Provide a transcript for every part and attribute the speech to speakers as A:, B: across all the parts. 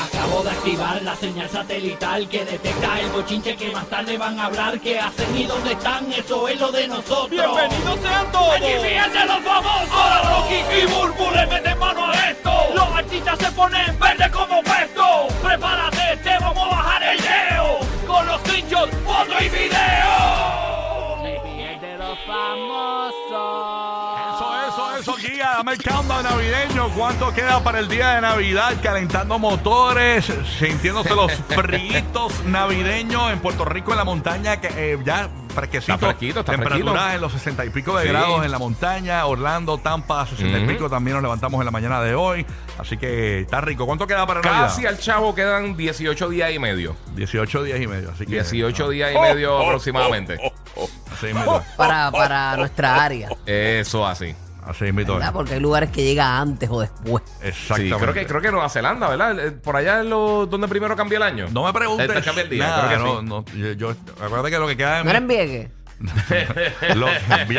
A: Acabo de activar la señal satelital que detecta el bochinche que más tarde van a hablar. ¿Qué hacen y dónde están? Eso es lo de nosotros.
B: ¡Bienvenidos sean todos!
A: ¡Aquí fíjense los famosos! Ahora Rocky y Burbu le meten mano a esto. Los artistas se ponen verde como puesto. Prepárate, te vamos a bajar el leo. Con los pinchos, foto y video. de los famosos.
B: Eso, eso, eso, guía. Dame el countdown navideño. ¿Cuánto queda para el día de Navidad? Calentando motores, sintiéndose los fritos navideños en Puerto Rico, en la montaña, que eh, ya fresquecito.
C: Está fresquito, está
B: Temperaturas
C: fresquito.
B: en los sesenta y pico de
C: Sí.
B: grados en la montaña. Orlando, Tampa, sesenta y pico. También nos levantamos en la mañana de hoy. Así que está rico. ¿Cuánto queda para
C: Casi
B: Navidad?
C: al chavo quedan 18 días y medio.
B: 18 días y medio. Así que,
C: 18 días y
B: Oh,
C: medio aproximadamente.
B: Así
C: ¡Oh!
B: mismo.
D: para, para nuestra área.
C: Eso así.
B: Así mismo.
D: ¿verdad? Porque hay lugares que llega antes o después.
C: Sí,
B: Exactamente.
C: creo que, creo que Nueva Zelanda, ¿verdad? Eh, Por allá es lo- donde primero cambia el año.
B: No me preguntes.
C: Eh, cambia el día,
B: nada,
C: creo que
B: no,
C: sí.
B: no, yo, yo- acuérdate que lo que queda en
D: No era en Vieques?
B: Los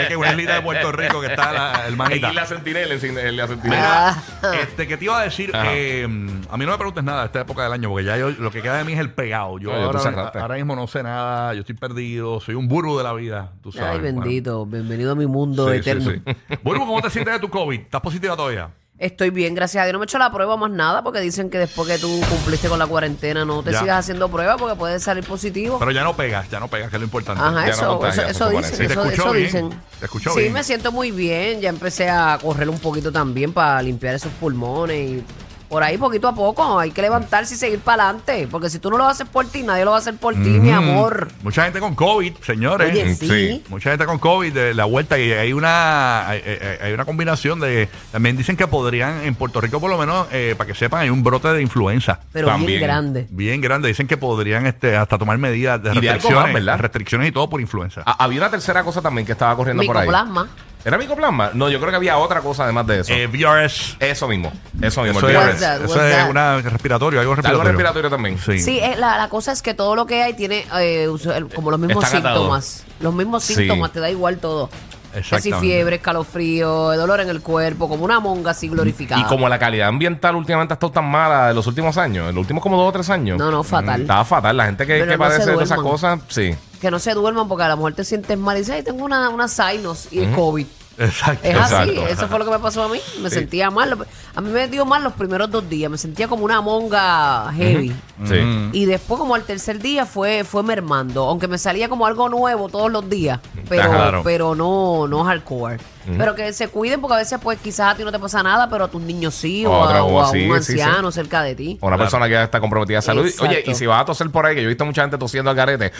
B: que una islita de Puerto Rico que está la
C: En
B: hermanita.
C: Isla Sentinel, en Sin- en Isla Sentinel.
D: Ah,
B: Este, que te iba a decir,
C: Ajá.
B: eh, a mí no me preguntes nada de esta época del año, porque ya yo, lo que queda de mí es el pegado. Yo
C: No, ya tú
B: ahora,
C: cerraste.
B: ahora mismo no sé nada, yo estoy perdido, soy un burro de la vida, tú sabes.
D: Ay, bendito. Bienvenido a mi mundo
B: Bueno, sí, sí,
D: eterno.
B: sí. Burbu, ¿cómo te sientes de tu COVID? ¿Estás positiva todavía?
D: Estoy bien, gracias a Dios. No me he hecho la prueba más nada porque dicen que después que tú cumpliste con la cuarentena no te
B: Ya.
D: sigas haciendo pruebas porque puedes salir positivo.
B: Pero ya no pegas, ya no pegas, que es lo importante.
D: Ajá,
C: no
D: eso,
C: contagia,
D: eso, eso
C: se supone.
D: dicen.
B: Sí, te
D: eso,
B: escuchó
D: eso
B: bien,
D: dicen.
B: te escuchó
D: sí,
B: bien.
D: me siento muy bien. Ya empecé a correr un poquito también para limpiar esos pulmones y por ahí poquito a poco. Hay que levantarse y seguir para adelante. Porque si tú no lo haces por ti, nadie lo va a hacer por ti, mi amor.
B: Mucha gente con COVID, señores.
D: Oye,
C: sí.
D: sí.
B: Mucha gente con COVID de la vuelta y hay una hay, hay- hay una combinación de también dicen que podrían en Puerto Rico por lo menos eh, para que sepan hay un brote de influenza
D: Pero
C: También.
D: bien grande.
B: bien grande dicen que podrían este hasta tomar medidas de
C: Y de algo
B: restricciones
C: más, ¿verdad?
B: restricciones y todo por influenza
C: Ah, había una tercera cosa también que estaba corriendo por ahí.
D: Micoplasma.
C: ¿Era micoplasma? No, yo creo que había otra cosa además de eso.
B: Eh, VRS
C: eso mismo. Eso mismo.
B: eso
C: el
B: es,
C: virus.
D: What's that?
B: eso
D: What's
B: es
D: that?
B: una respiratorio algo respiratorio,
C: Algo respiratorio también.
B: sí,
D: Sí, eh, la, la cosa es que todo lo que hay tiene eh, uso- el- como los mismos
C: Están atados.
D: síntomas. Los mismos
C: Sí.
D: síntomas, te da igual todo. Que si
B: exactamente.
D: fiebre, escalofrío, eh, dolor en el cuerpo, como una monga así glorificada.
C: Y como la calidad ambiental últimamente ha estado tan mala en los últimos años, en los últimos como dos o tres años.
D: No, no, fatal.
C: Estaba fatal. La gente que,
D: Pero
C: que
D: no
C: padece
D: se
C: de esas
D: duerman.
C: cosas, sí.
D: Que no se duerman porque a lo mejor te sientes mal y dices, ay, tengo una, una sinus y es COVID.
B: exacto
D: Es así,
C: Exacto.
D: eso fue lo que me pasó a mí. Me sentía mal. A mí me dio mal los primeros dos días. Me sentía como una monga heavy.
B: Mm.
C: Sí.
D: Y después, como al tercer día, fue, fue mermando. Aunque me salía como algo nuevo todos los días.
C: Mm,
D: Pero,
C: claro.
D: pero no, no hardcore. Pero que se cuiden, porque a veces, pues, quizás a ti no te pasa nada, pero a tus niños sí, o,
C: O otra-
D: a, o
C: o
D: a
C: así,
D: un
C: sí, sí.
D: anciano cerca de ti.
C: O una persona que ya está comprometida de salud.
D: Exacto.
C: Oye, y si vas a toser por ahí, que yo he visto mucha gente tosiendo al garete,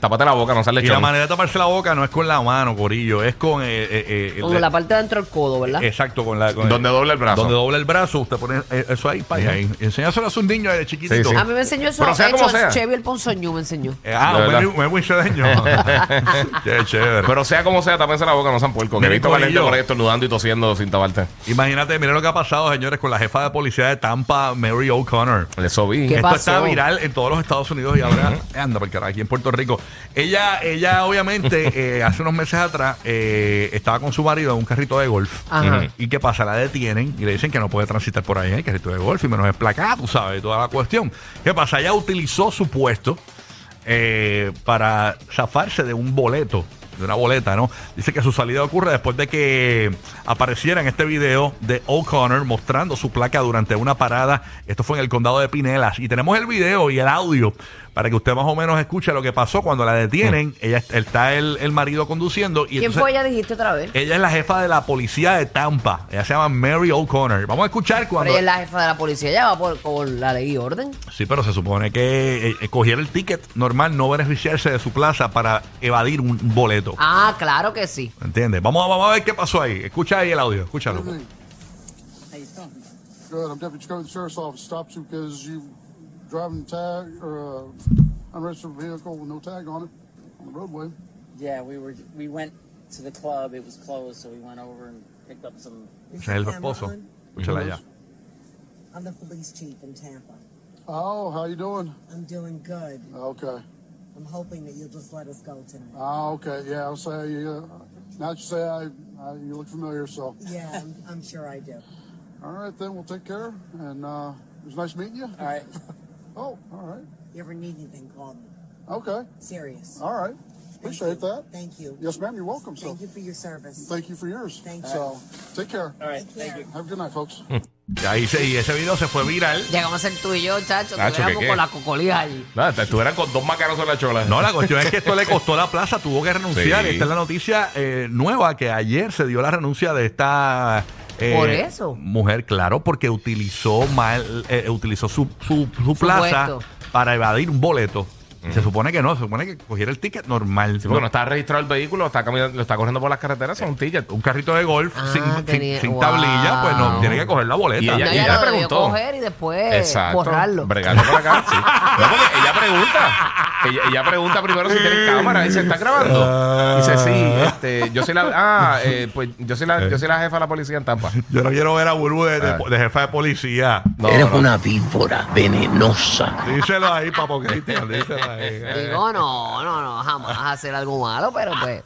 C: tapate la boca, no sale
B: y la
C: lechón.
B: manera de taparse la boca no es con la mano corillo es con eh, eh, eh,
D: Como
B: el-
D: la parte de dentro del codo, ¿verdad?
C: Eh,
B: Exacto, con la. Con
C: Donde dobla el brazo.
B: Donde dobla el brazo, usted pone eh, eso ahí para allá. Enseñáselo a sus niños de chiquitito.
C: Sí, sí.
D: A mí me enseñó eso.
C: Pero sea como
D: hecho,
C: sea.
D: Chevy el Ponzoñú me enseñó.
B: Eh, ah,
C: De
B: un
C: verdad.
B: buen- un buen sureño. Qué chévere.
C: Pero sea como sea, tapense la boca, no sean puerco. Que he
B: Mire,
C: visto a la gente
B: corillo.
C: por ahí estornudando y tosiendo sin taparte.
B: Imagínate, miren lo que ha pasado, señores, con la jefa de policía de Tampa, Mary O'Connor.
C: Eso vi.
D: ¿Qué
B: Esto
D: pasó?
B: está viral en todos los Estados Unidos y ahora anda por carajo aquí en Puerto Rico. Ella, ella obviamente, eh, hace unos meses atrás eh, estaba con su marido en un carrito de golf.
D: Ajá.
B: Ujú. ¿Y qué pasa? La detienen y le dicen que no puede transitar por ahí en el carrito de golf y menos emplacado, tú sabes, toda la cuestión. ¿Qué pasa? Ella utilizó su puesto eh, para zafarse de un boleto de una boleta, ¿no? Dice que su salida ocurre después de que apareciera en este video de O'Connor mostrando su placa durante una parada. Esto fue en el condado de Pinelas. Y tenemos el video y el audio para que usted más o menos escuche lo que pasó cuando la detienen. Ella está el, el marido conduciendo. Y
D: Mm. ¿Quién
B: entonces-
D: fue? Ya dijiste otra
C: eh,
D: vez.
B: ella es la jefa de la policía de Tampa. Ella se llama Mary O'Connor. Vamos a escuchar
D: Pero
B: cuando.
D: ella es la jefa de la policía, ya va por, por la ley y orden.
B: Sí, pero se supone que eh, eh, cogiera el ticket normal, no beneficiarse de su plaza para evadir un boleto.
D: Ah, claro que sí.
B: ¿Entiendes? Vamos a, vamos a ver qué pasó ahí. Escucha ahí el audio, escúchalo.
E: Good, I'm Deputy Chicago, the Sheriff's Office stopped you because you driving tag or uh, unregistered vehicle with no tag on it on the roadway.
F: Yeah, we were we went to the club. It was closed, so we went over and picked up some.
B: Ese es el esposo. Escúchala ya.
G: I'm the police chief in Tampa.
E: Oh, how you doing?
G: I'm doing good.
E: Okay.
G: I'm hoping that you'll just let us go tonight.
E: Ah, okay. Yeah, I'll say. Uh, now that you say, I, I you look familiar. So,
G: Yeah, I'm, I'm sure I do.
E: all right, then we'll take care. And uh, it was nice meeting you.
F: All right,
E: Oh, all
G: You ever need anything, call me.
E: right. Okay.
G: Serious.
E: All right.
G: Thank
E: Appreciate
G: you.
E: that.
G: Thank you.
E: Yes, ma'am. You're welcome. So,
G: Thank you for your service.
E: thank you for yours.
G: Thank you.
E: So, take care.
F: all right, thank you.
E: Have a good night, folks.
B: Y ahí se- y ese video se fue viral.
D: Llegamos a ser tú y yo, chacho.
C: Chacho,
D: Estuviéramos
C: ¿qué, qué?
D: con la cocolía allí.
C: Nada, Ah, te estuvieran con dos macaros en la chola.
B: No, la cuestión es que esto le costó la plaza, tuvo que renunciar.
C: Sí.
B: Esta es la noticia eh, nueva que ayer se dio la renuncia de esta eh,
D: Por eso.
B: mujer, claro, porque utilizó mal, eh, utilizó su, su- su plaza
D: puesto.
B: para evadir un boleto. Y Se supone que no, se supone que cogiera el ticket normal.
C: Sí, porque no está registrado el vehículo, está caminando, lo está corriendo por las carreteras,
B: Eh,
C: son un ticket.
B: Un carrito de golf
D: Ah,
B: sin, sin-
D: tenía-
B: sin tablilla, pues no,
D: wow.
B: tiene que coger la boleta.
C: Y
D: No,
C: ella-
D: ella,
C: ya
D: lo debió
C: preguntó.
D: coger y después borrarlo.
C: Bregarlo por acá, sí. No, porque ella pregunta. Ella, ella pregunta primero si tiene cámara y se está
B: Ah.
C: grabando. Dice, sí, este, yo soy la. Ah, eh, pues yo soy la, yo soy la jefa de la policía en Tampa.
B: Yo no quiero ver a Burbu de,
C: Ah.
B: de- de jefa de policía.
C: No,
H: Eres
C: no.
H: una víbora venenosa.
B: Díselo ahí, papo Cristian, díselo ahí.
D: Digo, no, no, no, jamás hacer algo malo, pero pues,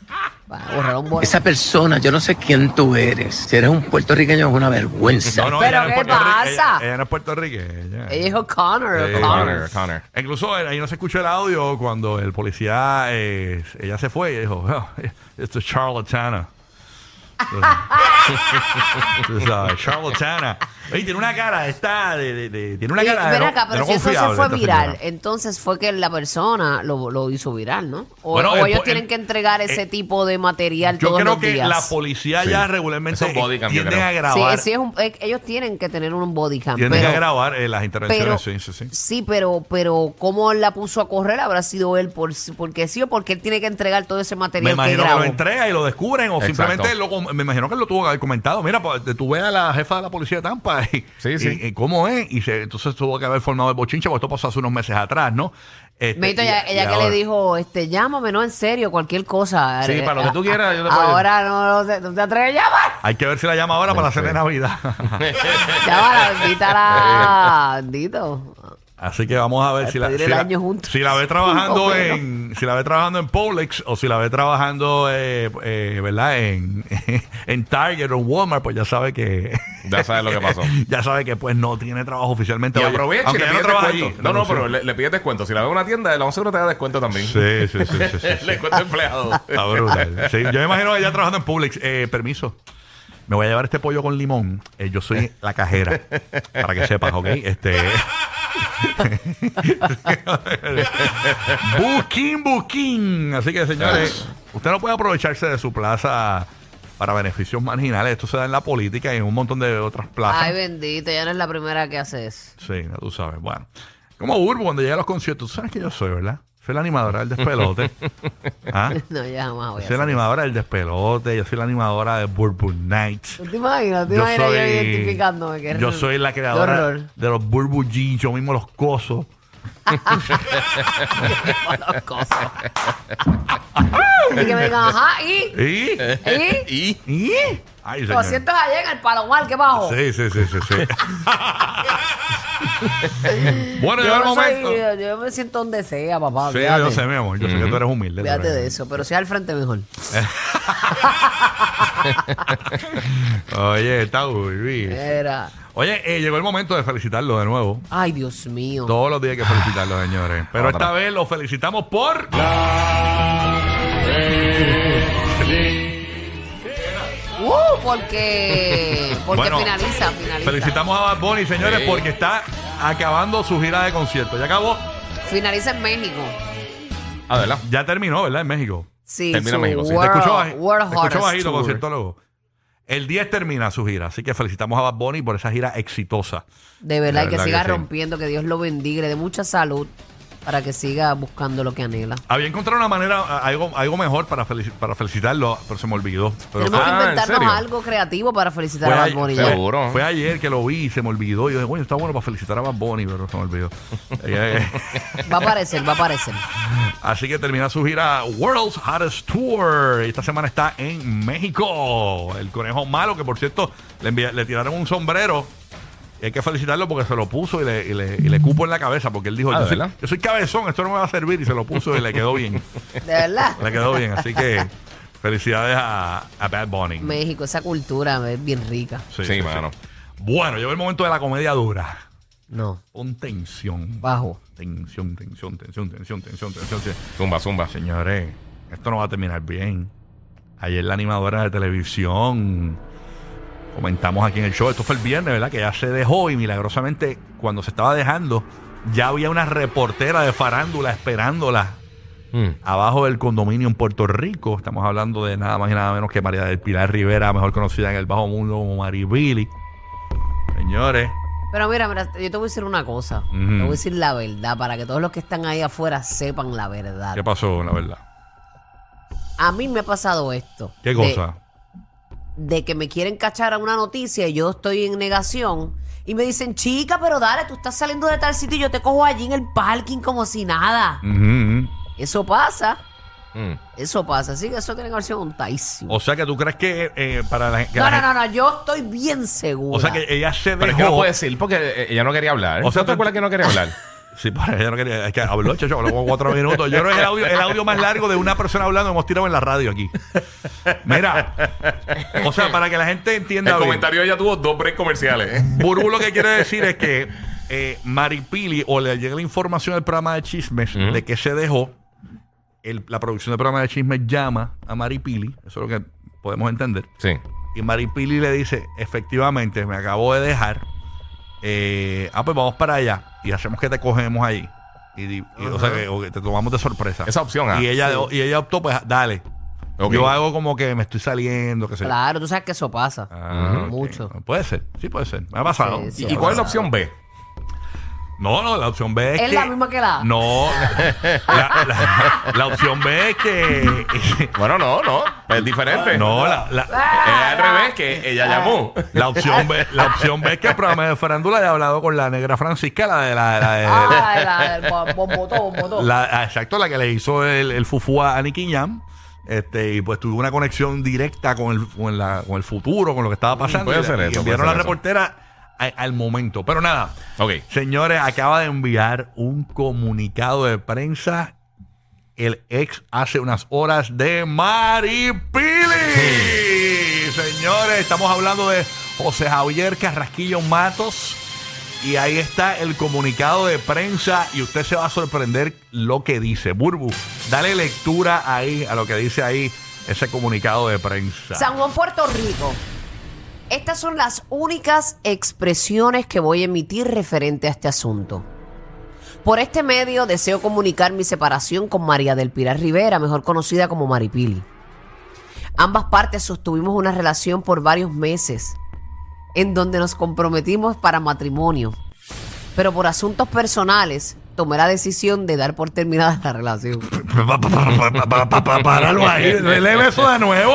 D: para borrar un boleto.
H: Esa persona, yo no sé quién tú eres. Si eres un puertorriqueño es una vergüenza.
B: No, no,
D: ¿Pero
B: ella no es
D: qué
B: Puerto Rico-
D: pasa?
B: Ella, ella no es puertorriqueña.
D: Ella es O'Connor,
B: Sí.
D: O'Connor.
C: Connor, Connor.
B: Incluso eh, ahí no se escuchó el audio cuando el policía, eh, ella se fue y dijo, "Oh, esto es charlatana. Tú sabes, charlatana. Oye, tiene una cara, está de, de- de- tiene una
D: Y-
B: cara de
D: ven
B: no-
D: acá,
B: de
D: pero
B: no
D: si eso se
B: confiable,
D: fue
B: esta
D: viral, eh,
B: señora.
D: entonces fue que la persona lo, lo hizo viral, ¿no? O,
B: Bueno,
D: o
B: el po-
D: ellos
B: el-
D: tienen que entregar ese
B: eh,
D: tipo de material
B: Yo
D: todos
B: creo
D: los
B: que
D: días.
B: la policía
C: Sí.
B: ya regularmente
C: Eso es body cam, yo
B: tienden
C: creo.
B: a
D: Sí,
B: grabar,
D: sí es un- eh, ellos tienen que tener un body cam,
B: tienden a
D: pero-
B: grabar eh, las
D: pero
B: intervenciones. sí, sí, sí.
D: pero pero cómo la puso a correr habrá sido él por porque sí o porque él tiene que entregar todo ese
B: Me
D: material que
B: imagino que lo
D: grabó.
B: entrega y lo descubren o
C: Exacto.
B: simplemente lo com- me imagino que lo tuvo que haber comentado. Mira, pues, tú ves a la jefa de la policía de Tampa y,
C: Sí, sí.
B: y- y cómo es. Y se- entonces tuvo que haber formado el bochinche porque esto pasó hace unos meses atrás, ¿no? Este,
D: Mejito,
B: y-
D: ella,
B: y
D: ella que
B: ahora-
D: le dijo, este, llámame, no, en serio, cualquier cosa.
C: Sí,
D: Eh,
C: para lo que tú
D: a-
C: quieras, yo te puedo
D: Ahora no, no sé, no te atreves a llamar.
B: Hay que ver si la llama ahora para la
C: Sí,
B: cena de
C: sí.
B: Navidad.
D: Llámala, invítala, bendito.
B: Así que vamos a ver
D: A
B: si la,
D: pedir
B: si,
D: el
B: la,
D: año juntos.
B: si la ve trabajando
D: Más o menos.
B: en si la ve trabajando en Publix o si la ve trabajando eh, eh, ¿verdad? En, en Target o Walmart, pues ya sabe que
C: Ya sabes lo que pasó.
B: ya sabe que pues no tiene trabajo oficialmente.
C: Y
B: Oye,
C: aprovecha y
B: aunque
C: le
B: ella no
C: pides
B: trabaja
C: descuento. no,
B: allí,
C: no,
B: renunció.
C: pero le, le pides descuento. Si la ve en una tienda, la 11 seguro te da descuento también.
B: Sí, sí, sí. sí, sí, sí.
C: Le cuento empleado.
B: Está brutal. Sí, yo me imagino ella trabajando en Publix. Eh, permiso. Me voy a llevar este pollo con limón. Eh, yo soy la cajera. para que sepas, ¿ok? Este. buquín, buquín. Así que, señores, usted no puede aprovecharse de su plaza para beneficios marginales. Esto se da en la política y en un montón de otras plazas.
D: Ay, bendito, ya no es la primera que hace eso.
B: Sí, ya tú sabes. Bueno, como Urbo cuando llega a los conciertos, tú sabes que yo soy, ¿verdad? Soy la animadora del despelote. ¿Ah?
D: No, ya jamás voy a
B: Soy la
D: hacer.
B: animadora del despelote, yo soy la animadora de Bourbon Nights.
D: ¿Tú te imaginas? ¿Te
B: Yo
D: imaginas yo
B: soy,
D: identificándome? Qué
B: yo
D: horror.
B: soy la
D: Qué
B: creadora
D: horror.
B: de los Bourbon Jeans, yo mismo los coso.
D: Las cosas. y que me digan, ajá, y,
B: ¿Y?
D: y,
C: Y
B: ¿Y? Ay,
D: lo
B: señor.
D: sientas allá en el palomar, que bajo.
B: Sí, sí, sí, sí. sí. bueno, llegó
D: Yo,
B: el
D: no soy-
B: momento.
D: yo- yo me siento donde sea, papá.
B: Sí,
D: olvídate.
B: yo sé, mi amor. Yo sé que tú eres humilde.
D: Fíjate
B: Lorena.
D: de eso, pero sea al frente mejor.
B: Oye, está Urbi.
D: Era.
B: Oye, eh, llegó el momento de felicitarlo de nuevo.
D: Ay, Dios mío.
B: Todos los días hay que felicitarlo, señores. Pero
C: Otra.
B: esta vez lo felicitamos por...
D: Uh, porque porque
B: Bueno,
D: finaliza, finaliza.
B: Felicitamos a Bad Bunny, señores,
C: Sí.
B: porque está acabando su gira de concierto. Ya acabó,
D: Finaliza en México.
C: Ah, ¿verdad?
B: ya terminó, ¿verdad? En México.
D: Sí,
C: Termina
D: su
C: México, sí. Te
B: Te
D: World,
B: escucho, baji-
D: World
B: te escucho
D: Hottest
B: bajito,
D: Tour.
B: conciertólogo. El 10 termina su gira, así que felicitamos a Bad Bunny por esa gira exitosa.
D: De verdad,
B: De
D: y que
B: verdad
D: siga
B: que sí.
D: rompiendo, que Dios lo bendiga, y le dé mucha salud para que siga buscando lo que anhela.
B: Había encontrado una manera, a- algo, algo mejor para, felici- para felicitarlo, pero se me olvidó. Pero fue,
D: Tenemos que
C: Ah, ¿en
D: inventarnos
C: serio?
D: algo creativo para felicitar
B: fue
D: a Bad
B: a-
D: Bunny.
B: fue-
D: ya.
C: Seguro.
B: fue ayer que lo vi y se me olvidó. Y yo dije, bueno, está bueno para felicitar a Bad Bunny, pero se me olvidó. Eh,
D: Va a aparecer, va a aparecer.
B: Así que termina su gira World's Hottest Tour. Y Esta semana está en México. El conejo malo, que por cierto le, envía- le tiraron un sombrero. Y hay que felicitarlo porque se lo puso y le, y le- y le cupo en la cabeza. Porque él dijo:
C: Ah,
B: yo, soy,
C: ¿verdad?
B: yo soy cabezón, esto no me va a servir. Y se lo puso y le quedó bien.
D: De verdad.
B: le quedó bien. Así que felicidades a, a Bad Bunny.
D: México, esa cultura es bien rica.
C: Sí, mano.
B: Bueno, llegó el momento de la comedia dura.
D: No,
B: Con tensión.
D: bajo.
B: Tensión, tensión, tensión, tensión, tensión, tensión. tensión.
C: Zumba, zumba.
B: Señores, esto no va a terminar bien. Ayer la animadora de televisión comentamos aquí en el show, esto fue el viernes, ¿verdad? Que ya se dejó y milagrosamente cuando se estaba dejando ya había una reportera de farándula esperándola
C: Mm.
B: abajo del condominio en Puerto Rico. Estamos hablando de nada más y nada menos que María del Pilar Rivera, mejor conocida en el bajo mundo como Maribili. Señores,
D: Pero mira, mira, yo te voy a decir una cosa.
B: Ujú.
D: Te voy a decir la verdad para que todos los que están ahí afuera sepan la verdad.
B: ¿qué pasó, la verdad?
D: A mí me ha pasado esto.
B: ¿Qué
D: De-
B: cosa?
D: de que me quieren cachar a una noticia y yo estoy en negación. Y me dicen, chica, pero dale, tú estás saliendo de tal sitio y yo te cojo allí en el parking como si nada.
B: Ujú, ujú.
D: Eso pasa,
C: Mm.
D: eso pasa. Así que eso tiene que haber sido un taísimo.
B: O sea que tú crees que eh, para la, que
D: No,
B: la
D: no,
B: gente-
D: no, no, yo estoy bien segura.
B: O sea que ella se
C: Pero es que no
B: dejó.
C: puede decir porque eh, ella no quería hablar.
B: O sea,
C: ¿No te
B: tú-
C: acuerdas que no quería hablar?
B: Sí, pero ella no quería. Es que habló, chacho, habló como cuatro minutos. Yo creo que es el audio, el audio más largo de una persona hablando que hemos tirado en la radio aquí. Mira, o sea, para que la gente entienda bien.
C: de ella tuvo dos breaks comerciales. ¿eh?
B: Burbu lo que quiere decir es que eh, Maripili, o le llega la información del programa de chismes
C: Ujú.
B: de que se dejó, el- la producción del programa de chismes llama a Maripili, eso es lo que podemos entender.
C: Sí.
B: Y Maripili le dice, efectivamente, me acabo de dejar. Eh, ah, pues vamos para allá y hacemos que te cogemos ahí. Y, di- y, o sea, que, o que te tomamos de sorpresa.
C: Esa opción, ah.
B: Y ella, y ella optó, pues, dale.
C: Ok.
B: Yo hago como que me estoy saliendo, que sé yo.
D: Claro, tú sabes que eso pasa.
B: Ah, ok.
D: Mucho.
B: Puede ser, sí puede ser. Me ha pasado.
D: Sí, sí.
C: ¿Y, y cuál es la opción B?
B: No, no, la opción B es.
D: ¿Es
B: que-
D: la misma que la A?
B: No. la, la- la opción B es que.
C: Bueno, no, no. Es diferente.
B: no, la, la,
D: Ah.
C: Es al revés que ella llamó.
B: La opción B, la opción B es que el programa de Farándula haya hablado con la negra Francisca, la de la, la de-
D: Ah, la del bo- bombotó, bombotó.
B: la- ah, exacto, la que le hizo el, el fufú a Nicky Jam. Este, y pues tuvo una conexión directa con el, con, la- con el futuro, con lo que estaba pasando.
C: puede
B: y,
C: ser
B: y
C: eso,
B: enviaron
C: puede
B: a la
C: ser eso.
B: reportera a- al momento. Pero nada,
C: Ok.
B: señores, acaba de enviar un comunicado de prensa el ex hace unas horas de Maripili. Señores, estamos hablando de José Javier Carrasquillo Matos. Y ahí está el comunicado de prensa y usted se va a sorprender lo que dice. Burbu, dale lectura ahí a lo que dice ahí ese comunicado de prensa.
D: San Juan, Puerto Rico. Estas son las únicas expresiones que voy a emitir referente a este asunto. Por este medio deseo comunicar mi separación con María del Pilar Rivera, mejor conocida como Maripili. Ambas partes sostuvimos una relación por varios meses, en donde nos comprometimos para matrimonio, pero por asuntos personales tomé la decisión de dar por terminada la relación.
B: Pa- pa- pa- pa- pa- pa- pa- Páralo ahí, léele eso de nuevo.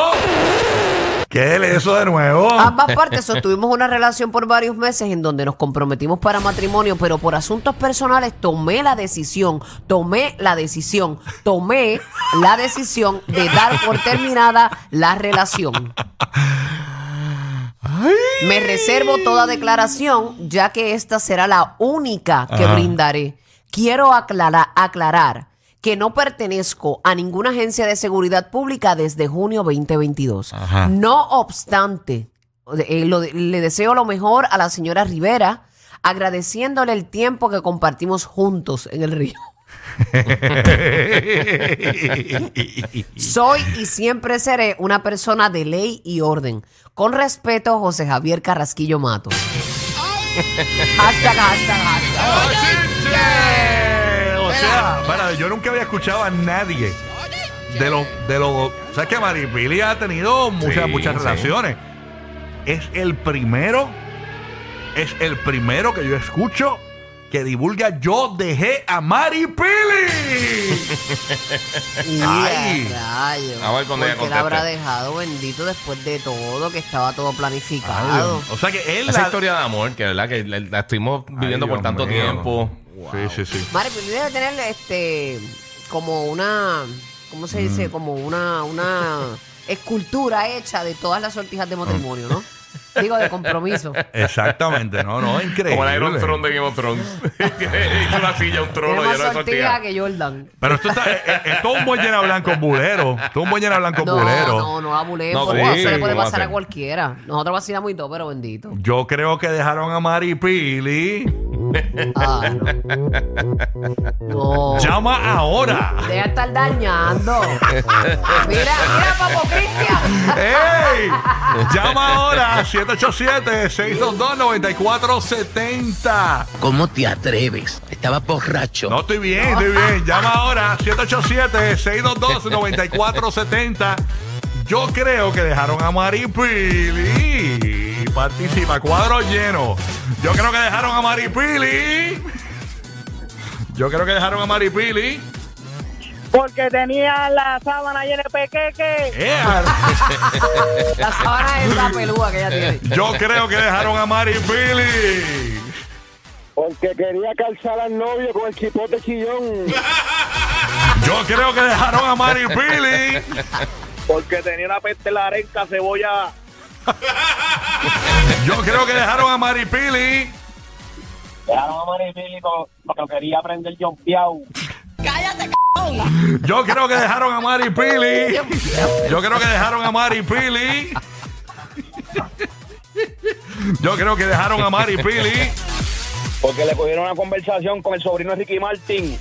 B: ¿Qué? Lee eso de nuevo.
D: Ambas partes sostuvimos una relación por varios meses en donde nos comprometimos para matrimonio, pero por asuntos personales tomé la decisión, tomé la decisión, tomé la decisión de dar por terminada la relación. Me reservo toda declaración, ya que esta será la única que brindaré. Quiero aclara- aclarar que no pertenezco a ninguna agencia de seguridad pública desde junio 2022. No obstante, eh, lo de- le deseo lo mejor a la señora Rivera, agradeciéndole el tiempo que compartimos juntos en el río. Soy y siempre seré una persona de ley y orden, Con respeto, José Javier Carrasquillo Mato. hashtag, hashtag, hashtag.
B: ¡Bochinche! O sea, bueno, yo nunca había escuchado a nadie de los. De los ¿Sabes que Maripili ha tenido muchas,
C: Sí,
B: muchas
C: sí.
B: relaciones? Es el primero. Es el primero que yo escucho que divulga Yo dejé a Maripili.
D: Y
B: Ay. Ah,
D: a rayos.
C: A ver cuando ella
D: Porque la habrá
C: conteste.
D: dejado bendito después de todo, que estaba todo
B: Ay,
D: planificado.
B: Dios. o sea que él.
C: Esa
B: la-
C: historia de amor, que verdad que la, la estuvimos viviendo
B: Ay,
C: por
B: Dios
C: tanto
B: mío.
C: tiempo.
B: Sí, sí, sí.
D: Mari, pero debe tener este como una ¿cómo se
B: Mm.
D: dice? como una una escultura hecha de todas las sortijas de matrimonio, ¿no? Digo de compromiso.
B: Exactamente, no, no, increíble.
C: Como el Iron Throne de Game of Thrones. Tiene hecho una silla, un
D: Tiene
C: trono lleno
D: más
C: de
D: sortijas
C: sortija.
D: que Jordan.
B: Pero esto está, eh, eh, esto es un buen llena blanco bulero. Esto es un buen llena blanco
D: No,
B: bulero.
D: no, no abulemos.
C: No,
D: porque
C: sí,
D: eso le puede
C: ¿cómo va a
D: pasar a
C: ser?
D: cualquiera. Nosotros vacilamos y todo, pero bendito.
B: Yo creo que dejaron a Maripili.
D: Ah. No.
B: Llama ahora.
D: Deja de estar dañando. Mira, mira, papo Cristian.
B: ¡Ey! Llama ahora 787-622-9470.
H: ¿Cómo te atreves? Estaba borracho.
B: No estoy bien, estoy bien. Llama ahora 787-622-9470. Yo creo que dejaron a Maripili. Participa, cuadro lleno. Yo creo que dejaron a Maripili. Yo creo que dejaron a Maripili.
G: Porque tenía la sábana llena de pequeque.
B: ¡Ea!
D: La sábana es la pelúa que ella tiene.
B: Yo creo que dejaron a Maripili.
E: Porque quería calzar al novio con el chipote chillón.
B: Yo creo que dejaron a Maripili.
E: Porque tenía una peste en la arenca, cebolla.
B: Yo creo que dejaron a Maripili.
E: Claro, maripílico, pero quería aprender John Piau.
B: Yo creo que dejaron a Maripili. Yo creo que dejaron a Maripili. Yo creo que dejaron a Maripili.
E: Porque le cogieron una conversación con el sobrino de Ricky Martin.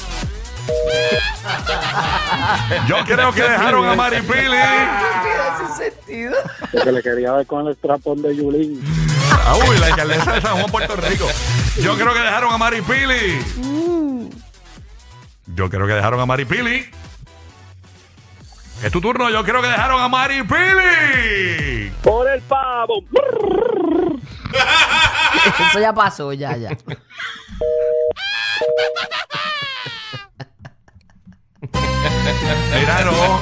B: Yo creo que dejaron a Maripili.
E: Porque le quería ver con el trapón de Yulín.
B: Ah, Uy, la alcaldesa de San Juan, Puerto Rico. Yo creo que dejaron a Maripili. Yo creo que dejaron a Maripili. Es tu turno. Yo creo que dejaron a Maripili.
E: Por el pavo.
D: Eso ya pasó, ya, ya.
B: Mira, no.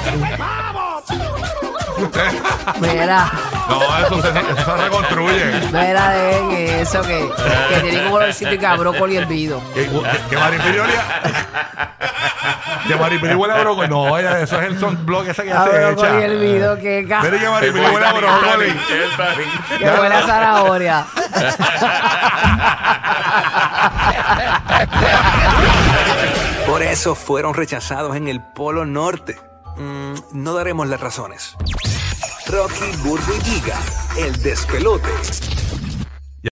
D: Mira,
B: No, eso se, eso se reconstruye.
D: mira, dejen eso que, que tiene como olorcito y cabrón con hervido.
B: Que, que, que Maripili olía- Que Maripili huele a brócoli. No, oye, eso es el son blog ese que ya se
D: Cabrón con
B: echa.
D: hervido, que ca-
B: Mira que
C: El
B: Maripili huele a brócoli.
C: Titanic, el Titanic.
D: que buena zanahoria.
I: Por eso fueron rechazados en el Polo Norte. Mm, no daremos las razones. Rocky, Burbu y Giga, el despelote.